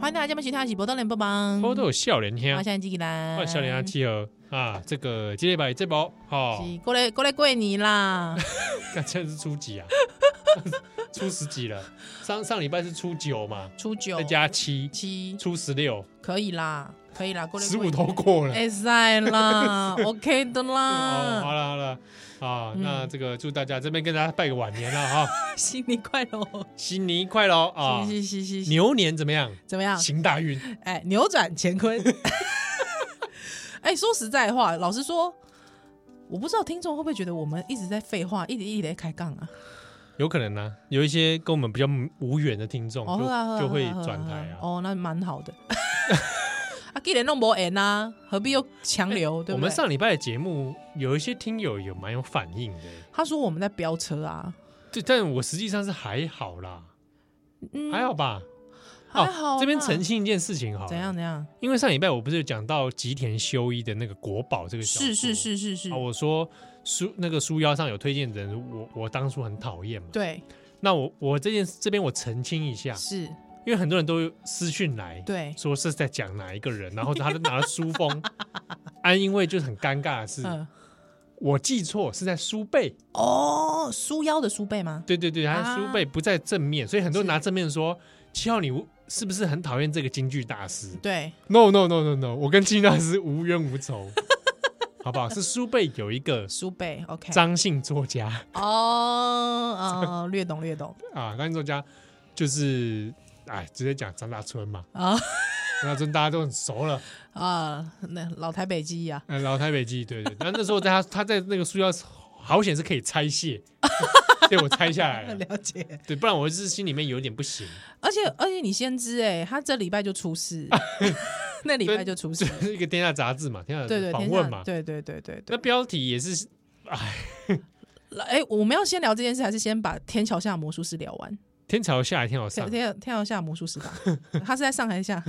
欢迎大家今晚收听的是《波多连播帮》，我都有笑脸听我，现在记起来，换笑脸阿七儿啊，这个今天把这包哦，是过来过来过年啦， 看现在是初几啊？ 初十几了？上上礼拜是初九嘛，初九再加七，七初十六，可以啦，可以啦，过来十五都过了。哎塞 啦，OK 的哦，好啦，了好了啊，嗯那这个祝大家这边跟大家拜个晚年了哈， 新年快乐，新年快乐啊！是是是是，牛年怎么样？怎么样？行大运，哎，扭转乾坤。 哎，说实在话，老实说，我不知道听众会不会觉得我们一直在废话，一直一直在开杠啊。有可能呢，有一些跟我们比较无缘的听众哦，好啊好就啊就会好啊转好啊台好啊啊。哦，那蛮好的。 啊，既然弄无缘啊，何必又强留？对哎我不们对？上礼拜的节目有一些听友有蛮有反应的，他说我们在飙车啊，对，但我实际上是还好啦，嗯，还好吧。哦还好啦。这边澄清一件事情好，怎样？怎样？因为上礼拜我不是有讲到吉田修一的那个国宝这个小是是说是是是啊，，我说书那个书腰上有推荐的人，我我当初很讨厌嘛。对，那我我这件这边我澄清一下，是，因为很多人都私讯来对，说是在讲哪一个人，然后他就拿了 书封，啊，因为就是很尴尬的是，嗯，我记错是在书背，哦，书腰的书背吗？对对对，他啊书背不在正面，所以很多人是拿正面说七号你是不是很讨厌这个京剧大师对， ？No No No No No，我跟京剧大师无冤无 仇，好不好？是书背有一个书背，OK。张姓作家。 哦，哦，略懂略懂啊，钢琴作家就是哎，直接讲张大春嘛，啊张大春大家都很熟了，啊，那老台北记忆啊，呃，老台北记，对对。那那时候在 他他在那个书腰，好险是可以拆 卸，对我拆下来了， 了解。对，不然我是心里面有点不行，而且而且你先知哎，他这礼拜就出 事，那礼拜就出这事，是一个天下杂志嘛，天对下对，访天问下嘛，对对对对那对。标题也是哎，我们要先聊这件事，还是先把天桥下魔术师聊完？天朝下来天朝天上，天天桥下魔术师 吧，他是在上海下？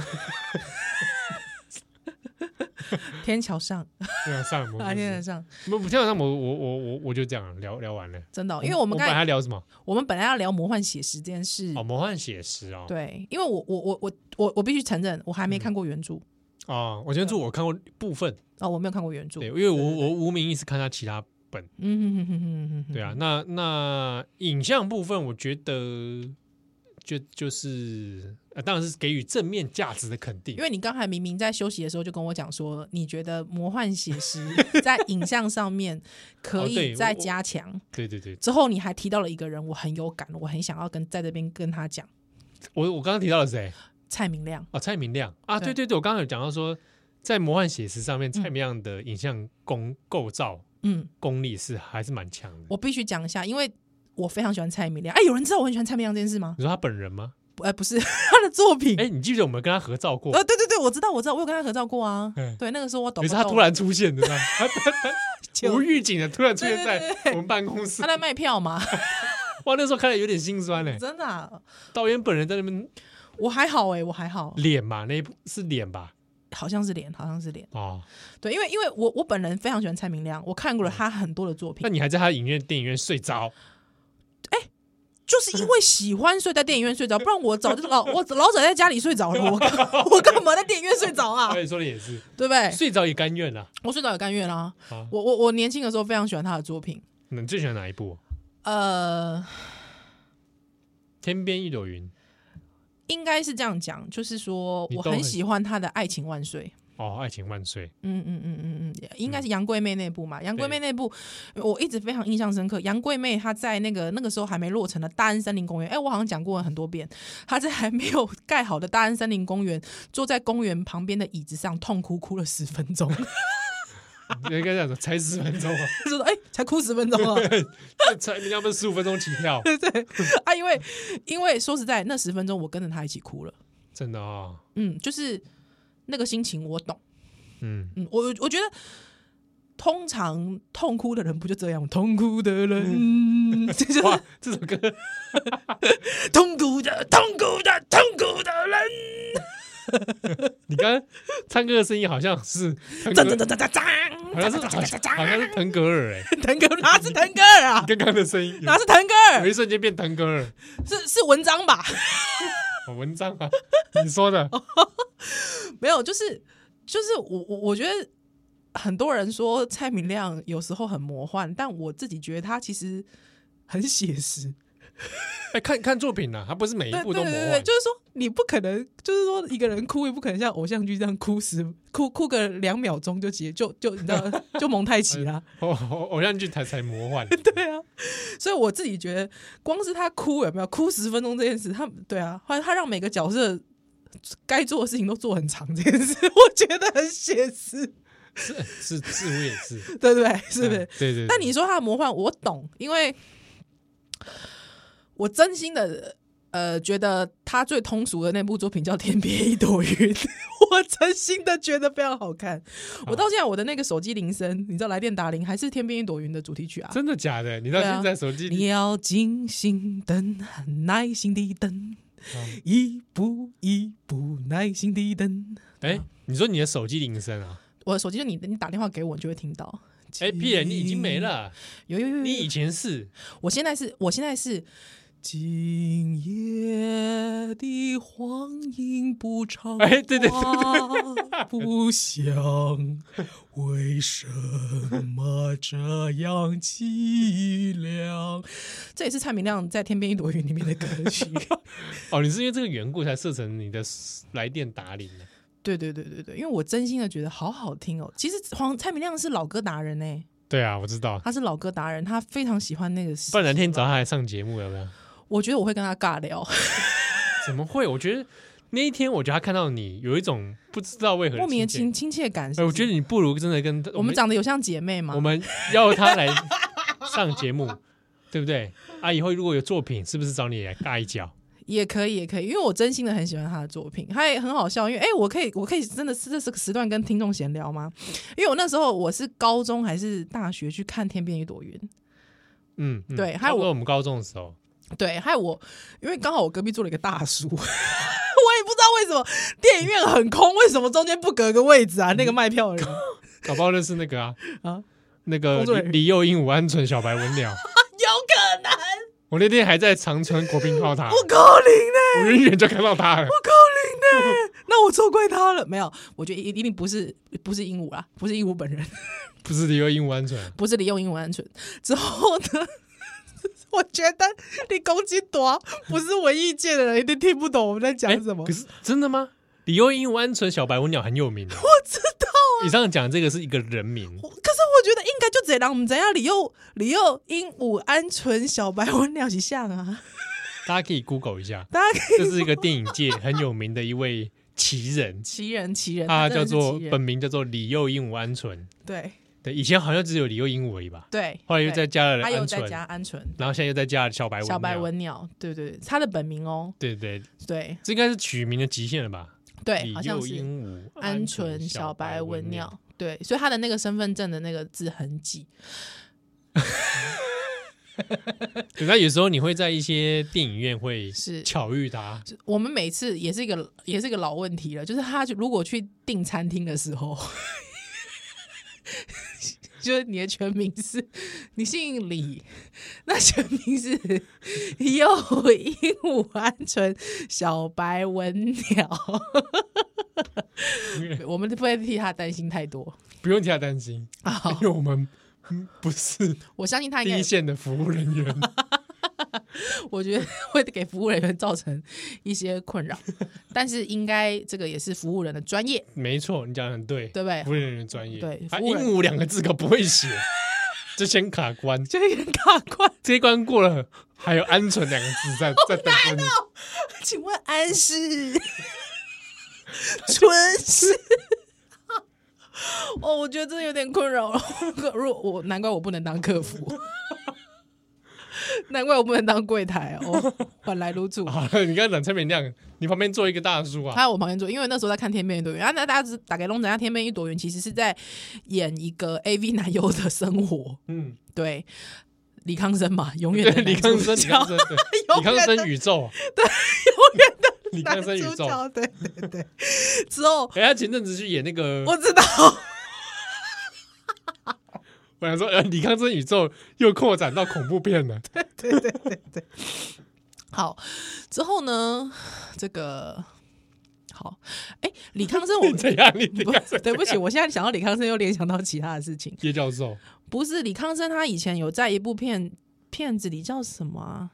天桥上天 朝上，我啊，们天桥是上，不不天朝上，我我我我我就这样聊聊完了。真的哦，因为我们本刚来才要聊什么？我们本来要聊魔幻写实这件事哦，，魔幻写实哦。对，因为我我我我我我必须承认，我还嗯没看过原著哦，我今天啊住我看过部分，哦，我没有看过原著。对，因为我我无名义是看他其他本，嗯哼哼哼哼哼嗯哼，对啊，那那影像部分，我觉得就就是、呃，当然是给予正面价值的肯定因。为你刚才明明在休息的时候就跟我讲说，你觉得魔幻写 实在影像上面可哦对以我再加强。对对对，之后你还提到了一个人，我很有感，我很想要跟在这边跟他讲我我刚刚提到了谁蔡明亮。啊？蔡明亮啊，对对对对，我刚刚有讲到说，在魔幻写实上面，蔡明亮的影像工构造嗯，功力是还是蛮强的。我必须讲一下，因为我非常喜欢蔡明亮。哎，有人知道我很喜欢蔡明亮这件事吗？你说他本人吗？不呃，不是 他的作品。哎，你记不记得我们跟他合照过？呃，对对对，我知道，我知道，我有跟他合照过啊嗯。对，那个时候我懂可不是懂。他突然出现的， 他他他就无预警的突然出现对在我们办公室他，在卖票 嘛，哇，那时候看了有点心酸嘞。真的啊、导演本人在那边我还好哎、我还好，脸嘛，那一部是脸吧？好像是脸，好像是脸。哦，对，因为因为我我本人非常喜欢蔡明亮，我看过了他很多的作那品，你还在他影院电影院睡着？就是因为喜欢所以在电影院睡着，不然我早就老我老早在家里睡着了，我干 我干嘛在电影院睡着啊导？演说的也是，对不对？睡着也甘愿啦。我睡着也甘愿啦、啊我我我年轻的时候非常喜欢他的作品，那你最喜欢哪一部？呃，天边一朵云应该是这样讲，就是说你我都很很喜欢他的《爱情万岁》。哦，爱情万岁。嗯嗯嗯嗯嗯，应该是杨贵妹那部嘛。杨贵妹对那部我一直非常印象深刻。杨贵妹她在那个那个时候还没落成的大安森林公园，哎、我好像讲过很多遍，她在还没有盖好的大安森林公园，坐在公园旁边的椅子上痛哭哭了十分钟， 你应该这样说，才十分钟啊，就说哎、才哭十分钟啊。 才人家不是十五分钟起跳， 啊，因为因为说实在，那十分钟我跟着她一起哭了。真的哦。嗯，就是那个心情我懂。嗯，嗯，我我觉得通常痛哭的人不就这样，痛哭的人，这 就是嗯哇，这首歌痛苦的、痛苦的、痛苦的人，你刚刚唱歌的声音好像是腾噔噔噔格，噔噔好像是噔，好像好像是腾格尔哎，腾格尔哪是腾格尔 啊？刚刚的声音有哪是腾格有尔？一瞬间变腾格尔，是是文章吧？ 文章啊，你说的，哦没有，就是就是我我我觉得很多人说蔡明亮有时候很魔幻，但我自己觉得他其实很写实。哎，看看作品啊，它不是每一对部对都对魔对，幻就，是说你不可能，就是说一个人哭也不可能像偶像剧这样哭十哭哭个两秒钟就结就就你知道 就蒙太奇啦。偶偶哦偶像剧才才魔幻， 对啊，所以我自己觉得，光是他哭有没有哭十分钟这件事，他对啊，他他让每个角色该做的事情都做很长这件事， 我觉得很写实，是是是，我也是，对不对？ 是不是？哎对对。但你说他的魔幻，我懂，因为我真心的呃觉得他最通俗的那部作品叫《天边一朵云》， 我真心的觉得非常好看。我到现在我的那个手机铃声，你知道来电打铃还是《天边一朵云》的主题曲啊？真的假的？你到对啊现在手机里你要静心等，很耐心地等，嗯一步一步耐心地等。哎，你说你的手机铃声啊？我的手机就你，你打电话给我，你就会听到。哎，屁人，你已经没了。啊有，有有有你有以，前是我现在是，我现在是。今夜的黄莺不唱哎对对对对，不想，为什么这样凄凉？这也是蔡明亮在《天边一朵云》里面的歌 曲。哦，你是因为这个缘故才设成你的 s- 来电打铃的。对对对对对，因为我真心的觉得好好听哦。其实黄蔡明亮是老歌达人呢、对啊，我知道。他是老歌达人，他非常喜欢那个时。不然哪天找他来上节目，有没有？我觉得我会跟他尬聊， 怎么会？我觉得那一天，我觉得他看到你有一种不知道为何莫名的亲亲亲切感是切。哎，我觉得你不如真的跟他我们长得有像姐妹吗我？们要他来上节目， 对不对？啊，以后如果有作品，是不是找你来尬一脚？也可以，也可以，因为我真心的很喜欢他的作品，他也很好笑。因为哎、我可以，我可以真的是这是个时段跟听众闲聊吗？因为我那时候我是高中还是大学去看《天边一朵云》，嗯，嗯对还差有不我多我们高中的时候，对，还有我，因为刚好我隔壁坐了一个大叔， 我也不知道为什么电影院很空，为什么中间不隔个位置啊？那个卖票的人搞不好认识那个啊 啊，那个工作人李员李幼英、武安纯、小白文 鸟。有可能，我那天还在长春国宾炮塔， 我高龄呢，我远远就看到他了。我高龄呢， 那我错怪他了。没有，我觉得一一定不是不是鹦鹉啦，不是鹦鹉本人，不是李幼英、武安纯，不是李用鹦鹉鹌鹑。之后呢， 我觉得你攻击多不是文艺界的人，一定听不懂我们在讲哎什么。可是真的吗？李幼英、武安纯、小白文鸟很有名的。我知道啊。以上讲这个是一个人名，我可是我觉得应该就这样，我们怎样李幼李幼鹦鹉鹌鹑小白文鸟几像啊？ 大家可以 Google 一下，大家可以这是一个电影界很有名的一位奇人，奇人奇人，他真啊的叫是做奇人本名叫做李幼英、武安纯。对对，以前好像只有李幼英而已吧，对，后来又再对加了他又鹌再鹑，加鹌鹑然后现在又再加了小白文。小白，文鸟，对对对，他的本名哦，对对，对这应该是取名的极限了吧？对，李好像幼是鹦鹉、鹌鹑小白文鸟，对，所以他的那个身份证的那个字很挤，对，那有时候你会在一些电影院会是巧遇他，我们每次也是一个也是一个老问题了，就是他如果去订餐厅的时候， 就是你的全名是，你姓李，那全名是 又鹦鹉鹌鹑小白文鸟，我们不会替他担心太多。 不用替他担心，因 好，为我们嗯不是我相信他应第该一也，线的服务人员。我觉得会给服务人员造成一些困 扰，但是应该这个也是服务人的专业，没错，你讲的很对，对不对服？务人员专业，对他服务鹦人鹉两个字可不会写， 就先卡关，就一个大关。这一关过了，还有鹌鹑两个字 在在等着你。请问安是春是？哦，我觉得真的有点困扰了。如果我难怪我不能当客服，难怪我不能当柜台哦，晚来如主。好了，你刚才讲蔡明亮，你旁边坐一个大叔啊，他在我旁边坐，因为那时候在看《天边一朵云》，啊，那大家只打开笼子，那《天边一朵云》其实是在演一个 AV 男优的生活，嗯，对，李康生嘛，永远对的，李康生，男主李角康生，对，永李康远的生宇宙，对， 永远的李康生宇宙。男主角对对对，之后哎，他前阵子去演那个，我知道。我想说，呃，李康生宇宙又扩展到恐怖片了，好，之后呢， 这个好，哎，李康生，我们怎样？ 你不等一下， 对不起，我现在想到李康生，又联想到其他的事情。叶教授，不是李康生，他以前有在一部片片子里叫什么啊、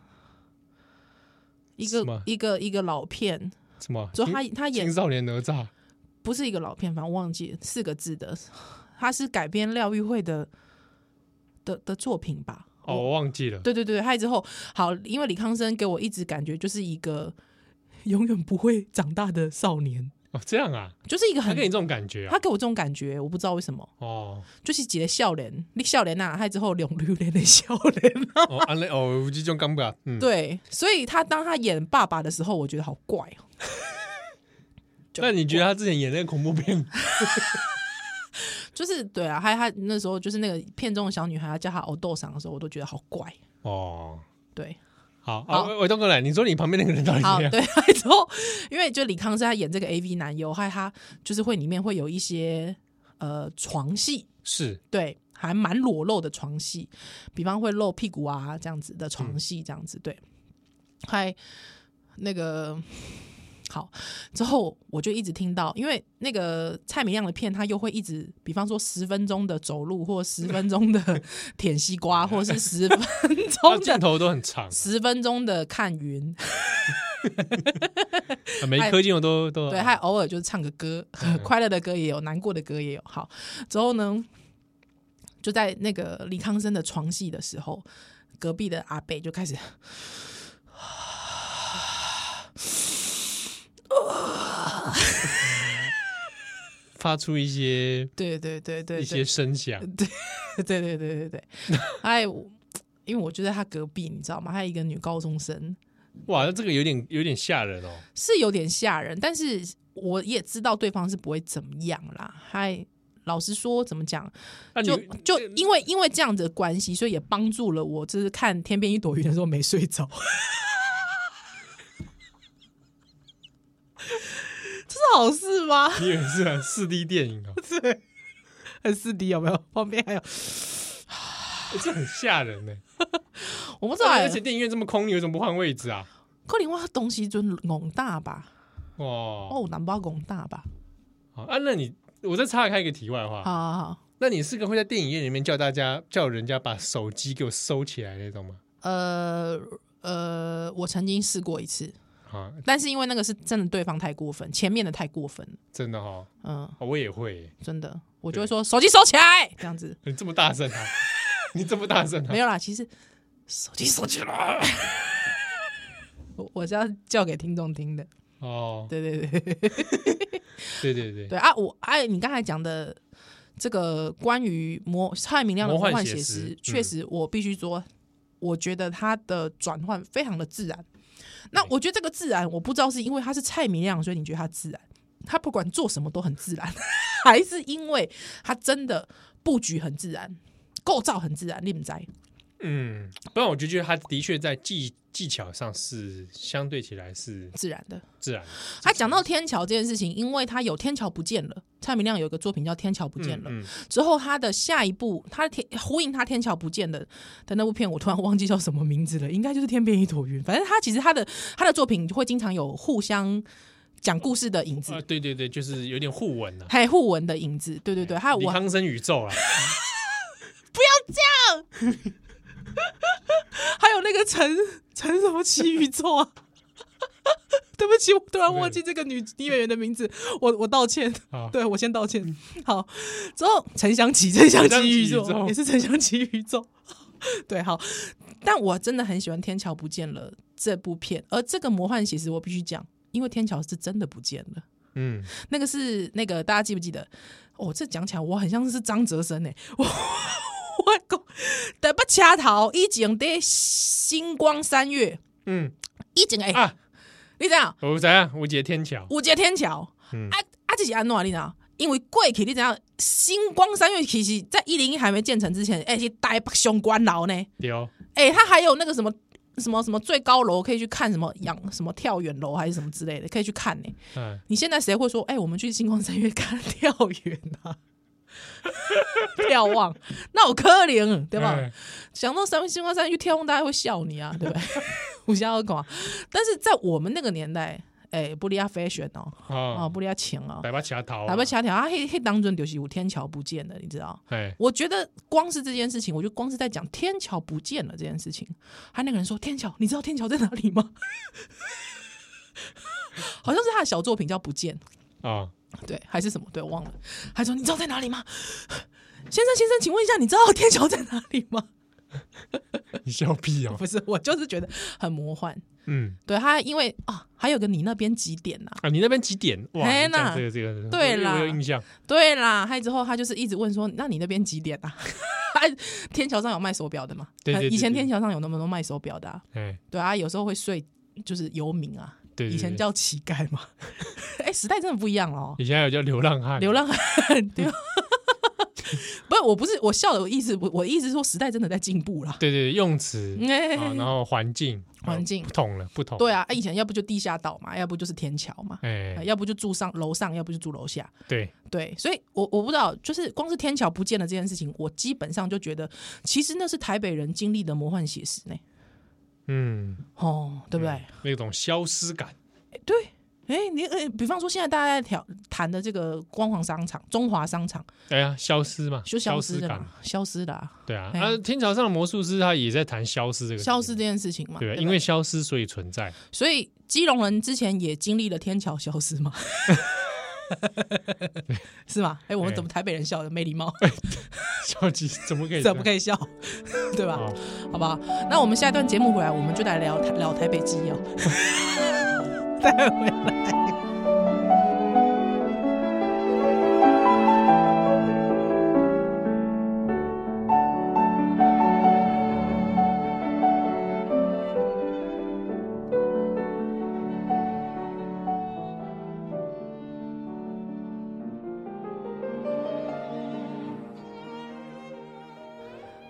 一什么个一个一个老片，什么？就他青他演青少年哪吒，不是一个老片，反正忘记了四个字的，他是改编廖玉慧的的的作品吧？哦，我忘记了。对对对，害之后好，因为李康生给我一直感觉就是一个 永远不会长大的少年，哦，这样啊，就是一个他很给你这种感觉啊他？给我这种感觉，我不知道为什么，哦，就是几个笑脸，你笑脸呐，害之后两绿脸的笑 脸、啊，哦，安利哦，有这种感觉，嗯，对，所以他当他演爸爸的时候，我觉得好怪哦。就 那你觉怪得他之前演那个恐怖片，就是对啊，还他那时候就是那个片中的小女孩，她叫她欧豆桑的时候，我都觉得好怪。哦，对，好，好啊，伟伟东哥来，你说你旁边那个人 到底啊好怎样？对， 还之后因为就李康生他演这个 A V 男优，害他就是会里面会有一些呃床戏， 是对，还蛮裸露的床戏，比方会露屁股啊这样子的床戏，这样子对，还那个好之后，我就一直听到，因为那个蔡明亮的片，他又会一直，比方说十分钟的走路，或十分钟的 舔西瓜，或是十分他钟镜的。头都很长，十分钟的看云，啊每一颗镜头都都哎对，还偶尔就是唱个歌，嗯 快乐的歌也有，难过的歌也有。好，之后呢，就在那个李康生的床戏的时候，隔壁的阿贝就开始发出一些对，对对对对一些声响，对 对对对对对，哎，我因为我就在他隔壁，你知道吗？还有一个女高中生，哇，那这个有点有点吓人哦。是有点吓人，但是我也知道对方是不会怎么样啦。还老实说，怎么讲？那你就就因为因为这样子的关系，所以也帮助了我，就是看《天边一朵云》的时候没睡着。 这是好事吗？ 你以为是很四 D 电 影哦，很四 D 有没有？旁边还有，欸这很吓人呢。我不知道、而欸且。电影院这么空，你为什么不换位置啊？柯林话东西尊拱大吧？哦哦，南巴拱大吧？好啊，那你我再岔开一个题外话，好好好，那你是个会在电影院里面叫大家叫人家把手机给我收起来那种吗？呃呃，我曾经试过一次，啊，但是因为那个是真的对方太过分，前面的太过分了，真的哦，嗯，我也会。真的，我就会说手机收起来，这样子。你这么 大声啊！你这么大声啊没！有啦，其实 手机收起来。 我我是要叫给听众听的，哦，对对对对对对，对啊！我哎，你刚才讲的这个关于魔蔡明亮的魔幻魔幻写写实实嗯，确实我必须说，我觉得他的转换非常的自然。那我觉得这个自然，我不知道是因为他是蔡明亮，所以你觉得他自然，他不管做什么都很自然， 还是因为他真的布局很自然，构造很自然，你们在嗯，不然我就觉得他的确在技技巧上是相对起来是自然的。自然的。他哎讲到天桥这件事情，因为他有天桥不见了，蔡明亮有一个作品叫《天桥不见了》嗯嗯之后，他的下一部，他的天呼应他天桥不见了的那部片，我突然忘记叫什么名字了，应该就是《天边一朵云》。反正他其实他的他的作品会经常有互相讲故事的影子啊，，对对对，就是有点互文啊。还有互文的影子。对对对，还有李我康生宇宙啊，还有那个陈陈什么奇宇宙啊。 对不起，我突然忘记这个女女演员的名字，我我道歉。好对我先道歉。好，之后陈香琪，陈香陈香琪宇琪宇宙宙也是陈香琪宇宙。 对，好，但我真的很喜欢《天桥不见了》这部片，而这个魔幻写实我必须讲，因为天桥是真的不见了。嗯，那个是那个大家记不记得？哦，这讲起来我很像是张哲生哎、我我讲台北车头以前的星光三月，嗯以前 哎、啊，你知道我怎样？我姐天桥，有一个天桥，嗯啊啊，这是安怎样你知道？因为过去你知道星光三月其实在一零一还没建成之前，哎、是台北雄关楼呢，有哎、它还有那个什么。什么什么最高楼可以去看什么仰什么跳远楼还是什么之类的，可以去看呢、嗯，你现在谁会说？哎、我们去星光三月看跳远啊， 眺望，那我可怜，对吧？嗯？想到三星光三月去眺望，大家会笑你啊，对不对？ 武侠要干嘛？但是在我们那个年代，哎、不利亚 fashion 哦，啊、啊，不利亚情哦，来吧，其他逃，打不，掐条，他黑黑啊当中就是有天桥不见了，你知道？哎，我觉得光是这件事情，我就光是在讲天桥不见了这件事情。他那个人说：“天桥，你知道天桥在哪里吗？” 好像是他的小作品叫《不见》，啊，对，还是什么？对，我忘了。他说：“你知道在哪里吗？”先生，先生，请问一下，你知道天桥在哪里吗？ 你笑屁啊，不是，我就是觉得很魔幻。嗯，对他，因为啊，还有个你那边几点呐、啊，你那边几点？哇，嘿你讲呐这个这个，对我有我有啦印象，对啦，还之后他就是一直问说：“那你那边几点啊？”天桥上有卖手表的嘛？对对对以前对天桥上有那么多卖手表的、啊，哎，对啊，有时候会睡就是游民啊，对，对以前对叫乞丐嘛。 哎、时代真的不一样了哦，以前还有叫流浪汉，流浪汉对 吧？不是，我不是我笑的意思，我我的意思是说时代真的在进步啦。对，对对，用词哎、啊，然后环境， 环啊境不同了，不同，对，啊，哎以前要不就地下道嘛，要不就是天桥嘛，哎，要不就住上楼上，要不就住楼下。对，对，所以我我不知道，就是光是天桥不见了这件事情，我基本上就觉得，其实那是台北人经历的魔幻写实呢，嗯，哦，对不对？嗯那种消失感，对，哎，你哎，比方说现在大家在调谈的这个光华商场、中华商场，对啊，消失嘛，就消失了感嘛，，消失了、啊，对啊，哎啊，天桥上的魔术师他也在谈消失这个，消失，这件事情嘛，对啊，不因为消失所以存在， 所以基隆人之前也经历了天桥消失 嘛。是吗？哎、我们哎怎么台北人笑的没礼貌？消极怎么可以这 怎样？么可以笑？ 对吧？哦好不好？那我们下一段节目回来，我们就来聊台聊台北基哦。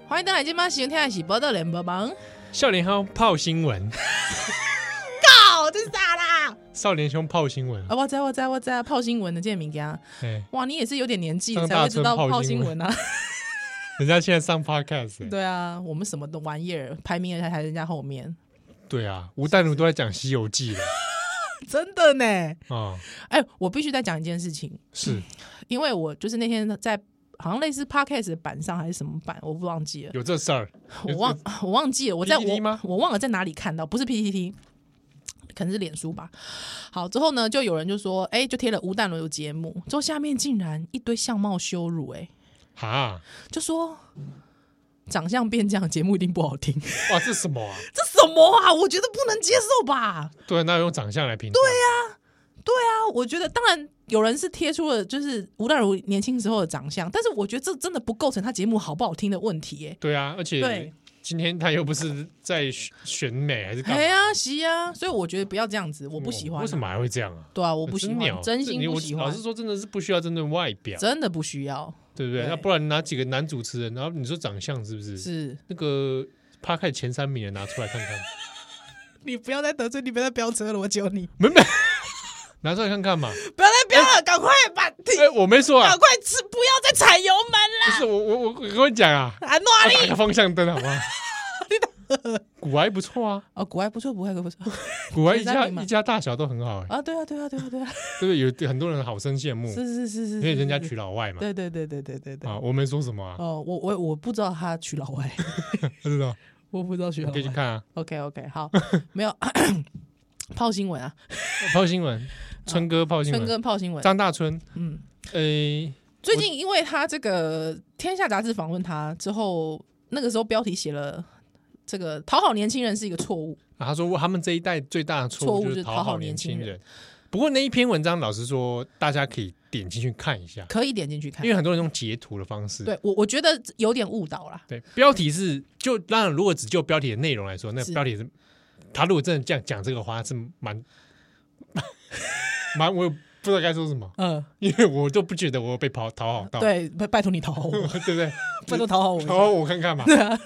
欢迎大家今晚收听的是《报道联播网》，笑脸兄泡新闻，靠，这是啥啦？少年兄泡新闻，啊，我在我在我在泡新闻的这名家，哎，哇，你也是有点年纪，上你才会大知村道泡泡新新闻闻啊。人家现在上 podcast，哎对啊，我们什么的玩意儿排名还还人家后面，对啊，吴淡如都在讲《西游记》了真的呢。啊，哎，我必须再讲一件事情，是因为我就是那天在好像类似 podcast 的版上还是什么版，我不忘记 了，有这事儿，有我忘 我忘记了，我在 PTT 吗我我忘了在哪里看到，不是 PPT。可能是脸书吧。好，之后呢，就有人就说，哎、就贴了吴淡如的节目，之后下面竟然一堆相貌羞辱、哎，哈，就说长相变这样，节目一定不好听。这哇，这什么啊？什么啊？我觉得不能接受吧？对啊，那用长相来评，对呀，啊，我觉得当然有人是贴出了就是吴淡如年轻时候的长相，但是我觉得这真的不构成他节目好不好听的问题耶、对啊，而且对今天他又不是在选选美还是干哎嘛？呀，是啊，所以我觉得不要这样子，我不喜欢、为什？么还会这样啊？对啊，我不喜鸟欢，真这你心我不喜老欢实，说，真的是不需要针对外表，真的不需要。对不对？对那不然拿几个男主持人，然后你说长相是不 是？是那个 p a r k 前三名的拿出来看看，你不要再得罪，你不要再飙车了，我求你，没没，拿出来看看嘛。 不要再飙了，赶快把，哎、我没说啊，快吃，不要再踩油门了，不是我我我我跟你讲啊，啊，哪打 个方向灯好不好？ 古玩不错啊，哦，国外不错，不外不错。古玩一前家三名嘛一家大小都很好、欸，啊，对啊，对啊，对啊，对啊，对不对？有很多人好生羡慕，是是是是，因为人家是娶，老外嘛。对对对对对对对。啊，我没说什么 啊，哦，我我我不知道他娶老外，不知道，我不知道娶老可以去外。看啊。 OK OK，好，没有 泡新闻啊，泡新闻，春哥泡新嗯春闻，哥泡新闻。张大春，嗯，诶，最近因为他这个《天下》杂志访问他之后，那个时候标题写了这个“讨好年轻人是一个错误啊他说他们这一代最大的错错误误就就是是讨讨好好年年轻轻人人。不过那一篇文章，老实说，大家可以点进去看一下”，，可以点进去看因。为很多人用截图的方式。对我我觉得有点误导啦，对，标题是就当然，如果只就标题的内容来说，那是标题是他如果真的这样讲这个话，是蛮 蛮我也不知道该说什么，嗯，因为我都不觉得我有被讨讨好到，对，拜拜托你讨好我， 对不对？拜托讨好我一下讨嗯好我看看嘛，对啊，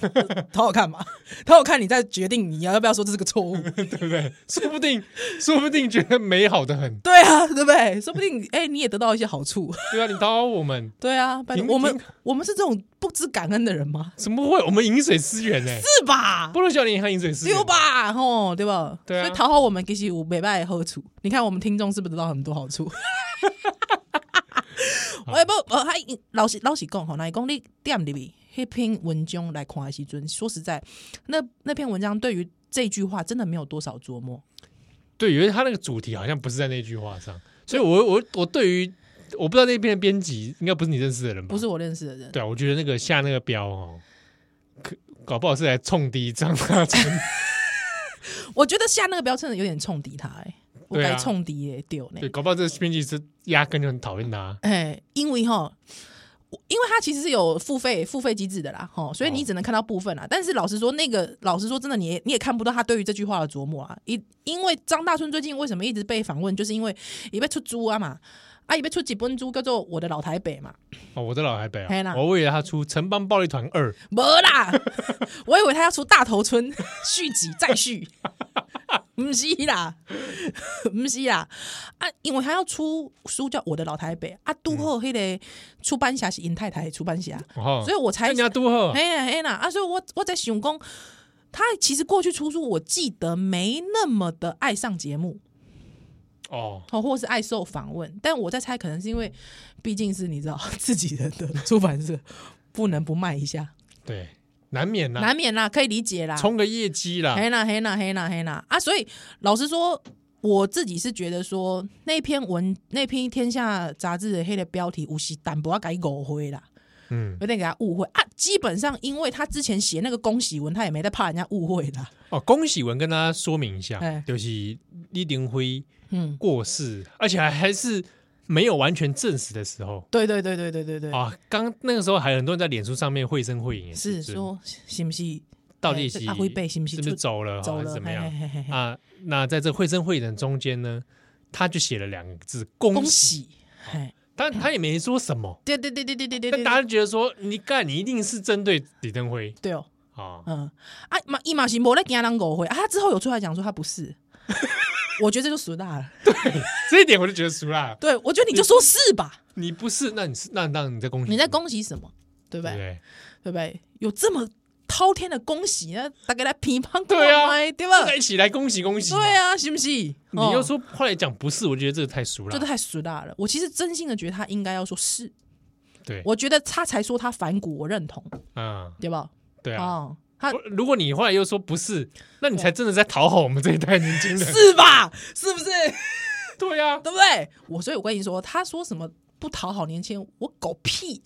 讨好看嘛，讨好看你再决定你要不要说这是个错误。对不对？说不定说不定觉得美好的很，对啊，对不对？说不定哎、你也得到一些好处。对啊，你讨好我们，对啊，拜托停我们停我们是这种不知感恩的人吗？怎么会？我们饮水思源呢、是吧？菠萝教练也和饮水思源丢，吧，吼，对吧？对啊所以讨好我们其实有美拜的好处。你看我们听众是不是得到很多好 处？哎不，呃，还老实老实讲吼，那讲你点入去那篇文章来看的时阵，说实在，那那篇文章对于这句话真的没有多少琢磨。对，因为他那个主题好像不是在那句话上，所以我我我对于我不知道那边的编辑应该不是你认识的人吧？不是我认识的人，对啊，我觉得那个下那个标哦，可搞不好是来冲低张啊大春。我觉得下那个标真的有点冲敌他、欸，我对啊该冲敌也丢呢对，。搞不好这个编辑是压根就很讨厌他。哎、因为哈，我因为它其实是有付费付费机制的啦，哈，所以你哦只能看到部分啦。但是老实说，那个老实说，真的你也你也看不到他对于这句话的琢磨啊。一因为张大春最近为什么一直被访问，就是因为也被出租啊嘛，啊也被出几本猪叫做我的老台北嘛，哦，我的老台北嘿啊，啦我为了他出《城邦暴力团二》，没啦，我以为他要出大头村续集再续，不是啦，不是啦，啊，因为他要出书叫《我的老台北》，啊，杜后黑的出版社是尹太太的出版社，啊哦， 所以我才人家都贺，哎呀哎呀，啊，所以我我在想讲，他其实过去出书，我记得没那么的爱上节目，哦，哦，或是爱受访问，但我在猜，可能是因为毕竟是你知道自己人的出版社，不能不卖一下，对，难免啦，难免啦，啊哎可以理解啦。冲个啊业绩啦，黑啦黑啦黑啦黑啦啊！所以老实说，我自己是觉得说那篇文那篇《天下》杂志的黑的标题，无锡淡薄要改狗灰啦。嗯，有点给他误会啊。基本上，因为他之前写那个恭喜文，他也没在怕人家误会啦。哦，恭喜文跟大家说明一下，哎就是李đình辉嗯，过世，而且还还是没有完全证实的时候对对对对对对对，啊，刚那个时候还很多人在脸书上面绘声绘影，是就说是不是到底哎是阿辉被是不是是不是出走了，哦走还了？是怎么嘿样？嘿嘿嘿嘿啊，那在这绘声绘影的中间呢，他就写了两个字“恭恭喜喜！嘿，”，但他也没说什么，对对对对对对对但对大对，家觉得说你干，你一定是针对李登辉对哦，啊，嗯啊，嘛伊嘛是无咧惊人误会啊，他之后有出来讲说他不 是。我觉得这就俗大了，这一点我就觉得输啦。对我觉得你就说是吧，你不是，那你是那那你在恭喜，你在恭喜什么，对不嗯对对？不对？对不对？有这么滔天的恭喜，那大概来乒乓过对啊来，对大吧家？一起来恭喜恭喜嘛。对啊，是不是？你你又说后来讲不是，我觉得这个太俗这了。太俗辣了。我其实真心的觉得他应该要说是，对，我觉得他才说他反骨，我认同，嗯，对吧？对啊。哦，他不如果你后来又说不是，那你才真的在讨好我们这一代年轻人。 是吧？是不是？对啊，对不对？我所以，我跟你说，他说什么不讨好年轻人，我狗屁！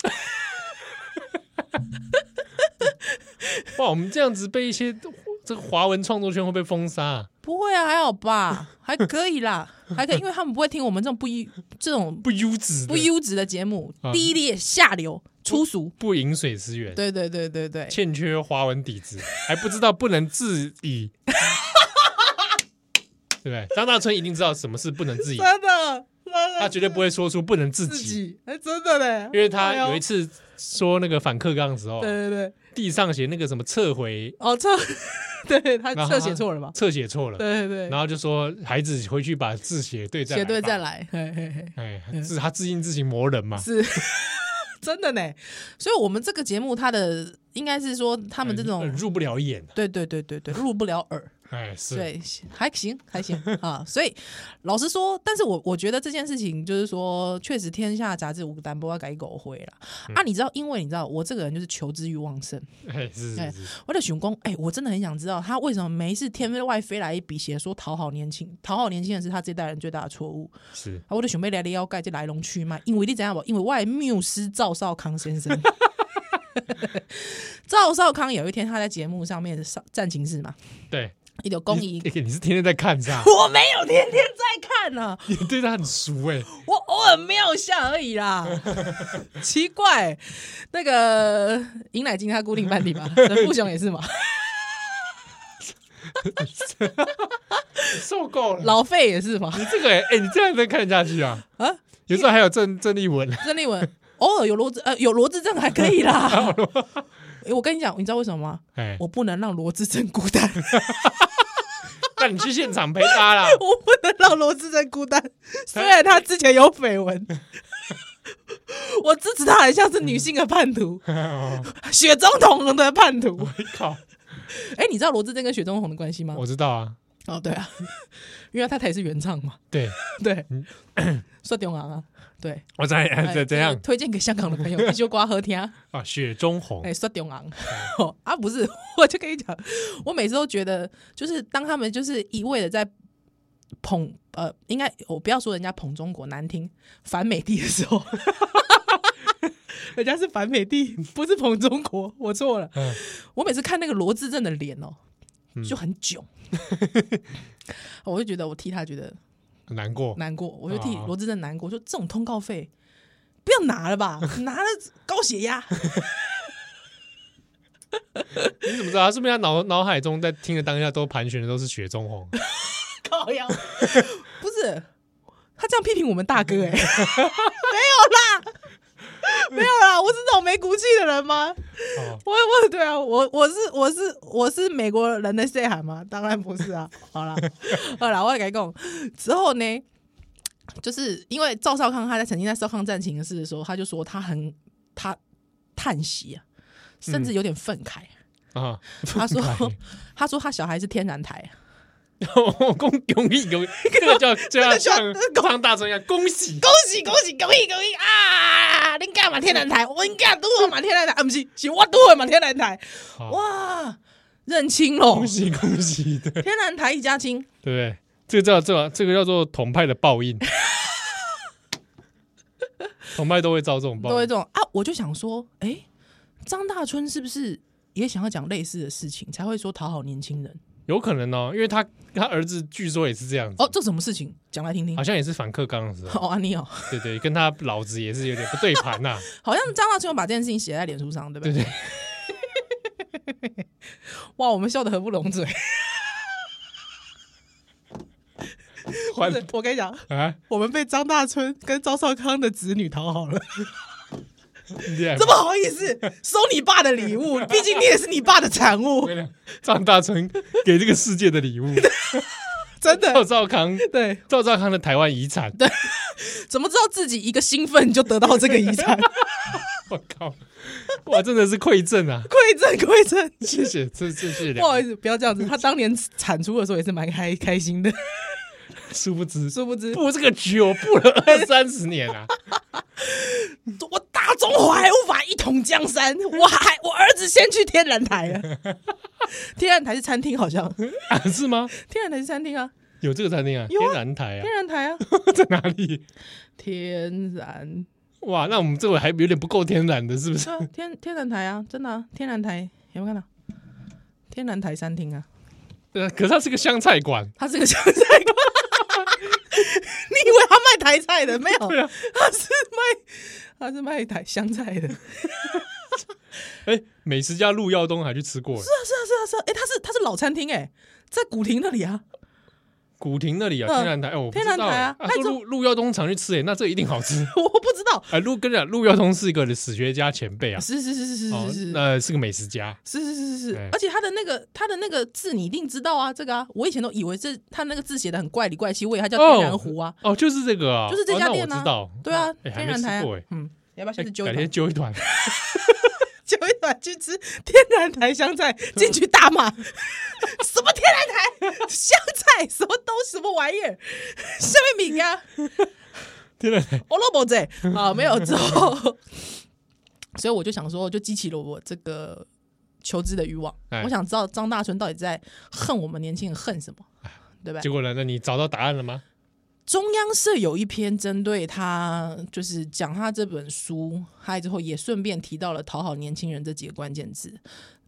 哇，我们这样子被一些这个华文创作圈会被封杀啊，不会啊，还好 吧，还可以啦，还可以，因为他们不会听我们这种不优、这种不优质的，不优质的节目啊，低劣、下流、粗俗。不饮水思源，对对对对对，欠缺华文底子，还不知道不能自已， 对不对？张大春一定知道什么是不能自已，真的，他绝对不会说出不能自自己，己，哎，真的嘞，因为他哎呦有一，次说那个反课纲的时候，对对对，地上写那个什么撤回，哦，这 对他然后这他写错了吧？撤写错了，对对然对，后就说孩子回去把字写对再写对再吧，来，嘿嘿嘿，哎，字他自印自行磨人嘛，是 真的呢。所以，我们这个节目，它的应该是说他他们这种，哎入不了眼，对对对对对，入不了耳，哎，嗯是对，还行还行啊。所以，老实说，但是我我觉得这件事情就是说，确实天下杂志无单不要改狗灰了嗯啊。你知道，因为你知道，我这个人就是求知欲旺盛，哎是对是是，我的熊公，哎、我真的很想知道他为什么每一次天外飞来一笔写说讨好年轻，讨好年轻人是他这代人最大的错误。是啊，我就想要来了解这来龙去脉，因为你知影无？因为我的缪斯赵少康先生， 赵少康有一天他在节目上面上战情室嘛，对，一有公你益，哎你是天天在 看是吧？我没有天天在看呢、你对他很熟哎、我偶尔瞄一下而已啦，奇怪，那个尹乃金他固定班底嘛，陈富雄也是嘛，受够了。老费也是嘛，你这个哎、欸你这样再看下去啊？啊。有时候还有郑郑丽文，郑丽文偶尔有罗志呃有罗志正还可以啦。诶我跟你讲，你知道为什么吗？哎、我不能让罗志正孤单，那你去现场陪他啦。 我不能让罗志正孤单。虽然他之前有绯闻， 我支持他很像是女性的叛 徒，雪中红的叛徒。哦靠，哎、你知道罗志珍跟雪中红的关系吗？我知道啊，哦，对啊， 因为他也是原唱 嘛，对，对， 算中昂啊， 对，我在哎怎怎这样个推荐给香港的朋友，必须瓜喝听啊。啊？雪中红哎、，刷中 昂啊，不是， 我就跟你讲，我每次都觉得，就是当他们就是一味的在捧，呃，应该我不要说人家捧中国难听，反美帝的时候， 人家是反美帝，不是捧中国，我错了。嗯我每次看那个罗志正的脸哦，就很 囧，我就觉得我替他觉得很难过， 难过，我就替哦罗志正难过，说这种通告费不要拿了 吧，拿了高血压。你怎么知道？是不是他脑脑海中在听的当下都盘旋的都是雪 中红？高阳， 不是他这样批评我们大哥哎、没有啦，没有啦，我是这种没骨气的人吗？哦，我我对啊，我我是我是我是美国人的血海吗？当然不是啊。 好啦，好啦，我也该讲之后呢，就是因为赵少康他在曾经在《少康战情室》的时候，他就说他很他叹息啊，甚至有点愤慨。啊，他 说愤慨他说他小孩是天然台。我恭恭喜恭喜，这 个叫这那样个叫像唱大声一样，恭喜恭喜恭喜恭喜恭喜啊！恁干嘛天然台？我恁干都会嘛天然台？啊，不是，是我都会嘛天然台。好哇，认清喽恭，喜恭喜的，对天然台一家亲。不对？这个叫这个这个叫做统派的 报应，统派都会遭这种各报位应。这种啊，我就想说，哎、张大春是不是也想要讲类似的事情，才会说讨好年轻人？有可能哦，因为他他儿子据说也是这样子，哦，这什么事情？讲来听听好。像也是反克刚的时候，哦，安妮哦，对对，跟他老子也是有点不对盘 呐、好像张大春有把这件事情写在脸书上，对不对对？对， 哇，我们笑得合不拢 嘴。还我跟你讲，啊，我们被张大春跟赵少康的子女讨好了。这怎么好意思收你爸的礼 物？毕竟你也是你爸的产物，张大春给这个世界的 礼物，真赵的。少康，对，赵少康的台湾遗产，对，怎么知道自己一个兴奋就得到这个遗 产？我靠，哇，真的是馈赠啊！馈赠 馈赠，谢谢，这这谢谢不好两意位，思，不要这样子。他当年产出的时候也是蛮开开心的，殊不知殊不知布这个局我布了二三十年 啊，我大中华还无法一统江山，我还我儿子先去天然台 了。天然台是餐厅，好像啊是吗？天然台是餐厅 啊，有这个餐厅啊，有啊天然台啊 天，然台啊，在哪里？天然哇，那我们这回还有点不够天然的，是不 是对？啊，天天然台啊，真的啊，天然台有没有看到？天然台餐厅啊。呃，可是它是个湘菜馆，他是个湘菜馆。 你以为他卖台菜的？没有， 对啊，他是卖他是卖台湘菜的。是 啊，哎，美食家陆耀东还去吃过，是啊，是啊，是啊。哎、他是他是老餐厅哎、在古亭那里啊。古亭那里啊，嗯天然台，哎，我不知天道然台啊哎那说种陆陆耀东常去吃，哎，那这一定好吃。我不知道，哎，陆跟你讲，陆耀东是一个史学家前辈啊，是是是是是哦是是，呃，是个美食家，是是是是是哎，而且他的那个他的那个字你一定知道啊，这个啊，我以前都以为这他那个字写的很怪里怪气，我以为他叫哦天然湖啊，哦，就是这个啊，就是这哦家那我店啊知道，对啊，哎天还没然吃台啊过哎，，嗯，你要不要下哎次揪一改团天揪一 团，揪一团去吃天然台香菜，进去大骂什么天然台香菜，什么东西，什么玩意儿，下面饼啊，天然台，胡哦萝卜仔啊，没有之后，所以我就想说，就激起了我这个求知的欲望哎，我想知道张大春到底在恨我们年轻人恨什么，哎对吧结？果呢？那你找到答案了吗？中央社有一篇针对他，就是讲他这本书，还之后也顺便提到了讨好年轻人这几个关键字。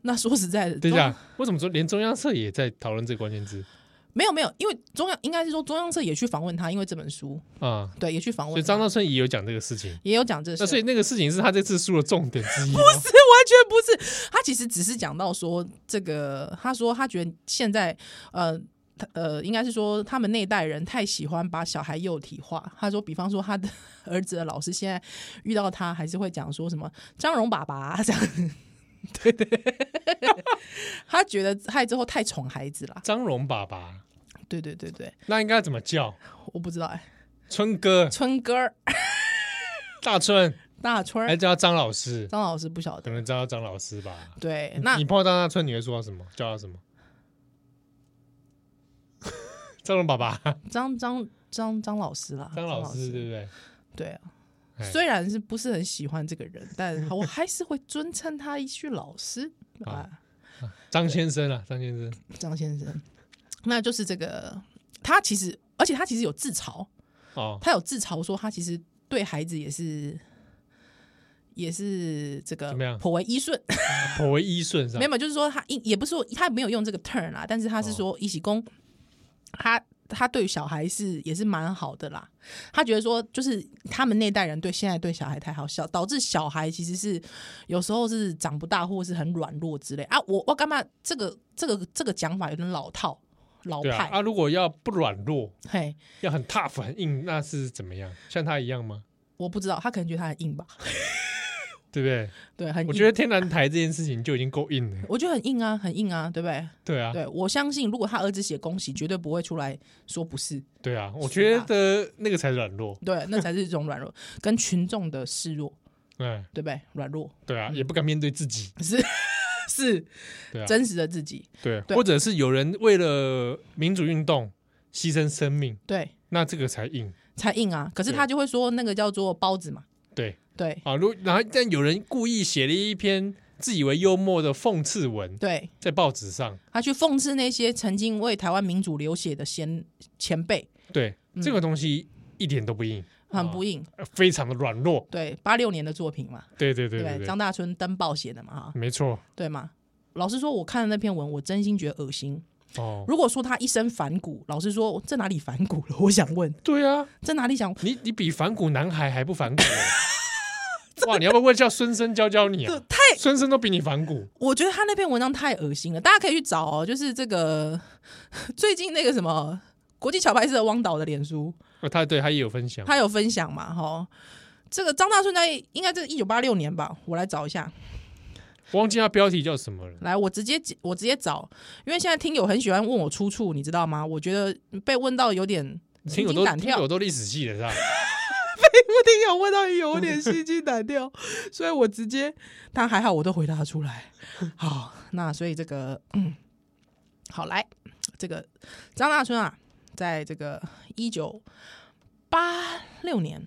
那说实在的，等一中下，为什么说连中央社也在讨论这个关键字没有没有，因为中央应该是说中央社也去访问他，因为这本书，啊？对，也去访所以问张他，大春也有讲这个事情，也有讲这事那。所以那个事情是他这次书的重点之一吗。是 完全不是，他其实只是讲到说这个，他说他觉得现在呃。他呃，应该是说他们那一代人太喜欢把小孩幼体化。他说，比方说他的儿子的老师现在遇到他，还是会讲说什么“张荣爸爸”这样， 对对，他觉得害之后太宠孩子了。张荣爸爸，对对对对，那应该怎么叫？我不知道哎、春哥，春哥儿大春，大村还儿，叫他张老师，张老师不晓可得。能知道张老师吧？对， 那你碰到张大春，你会说他什么？叫他什么？ 张龙爸爸，张张张张老师啦，张老师对不对？对啊。哎虽然是不是很喜欢这个人，但 我还是会尊称他一句老师好啊，张先生啊，张先生，张先生。那就是这个，他其实，而且他其实有自嘲，哦，他有自嘲说他其实对孩子也是，也是这个怎么样颇为依顺，颇为依顺是吧哦没？有，就是说他也不是说他没有用这个 turn 啦，但是他是说一起公，他他对小孩是也是蛮好的啦。他觉得说，就是他们那代人对现在对小孩太好笑，导致小孩其实是有时候是长不大或是很软弱之类啊。我我干嘛这个这个这个讲法有点老套老对啊，派，啊，如果要不软弱，嘿，要很 tough 很硬，那是怎么样？像他一样吗？我不知道，他可能觉得他很硬吧， 对不对？对，很硬我觉得天南台这件事情就已经够硬了。我觉得很硬啊，很硬啊，对不对？对啊，对我相信，如果他儿子写恭喜，绝对不会出来说不是。对啊，我觉得那个才软弱。对，那才是一种软弱，跟群众的示弱，哎，对不对？软弱对啊，也不敢面对自己。是 是对啊，真实的自己，对，啊对或者是有人为了民主运动牺牲生命，对，那这个才硬。才硬啊。可是对他就会说那个叫做包子嘛，对对啊，如然后但有人故意写了一篇自以为幽默的讽刺文对，在报纸上，他去讽刺那些曾经为台湾民主流血的先前辈，对嗯这个东西一点都不硬，很不硬。呃非常的软弱。对，八六年的作品嘛，对对对对不对对？对，张大春登报写的嘛，哈，没错。对嘛。老实说，我看了那篇文，我真心觉得恶心。哦，如果说他一身反骨，老实说，这哪里反骨了？我想问，对啊，这哪里想？你你比反骨男孩还不反骨、 哦哇，你要不要问叫孙生教教你啊？太孙生都比你反骨，我觉得他那篇文章太恶心了，大家可以去找哦。就是这个最近那个什么国际桥牌社汪导的脸书，呃他对他也有分享。他有分享嘛，哈。这个张大春在应该这一九八六年吧，我来找一下。忘记他标题叫什么了。来，我直接我直接找，因为现在听友很喜欢问我出处，你知道吗？我觉得被问到有点听心友惊都胆听跳，友都历史系的是吧？不听友问到有点心惊胆跳，所以我直接，但还好我都回答出来。好，那所以这个，嗯，好来，这个张大春啊，在这个一九八六年，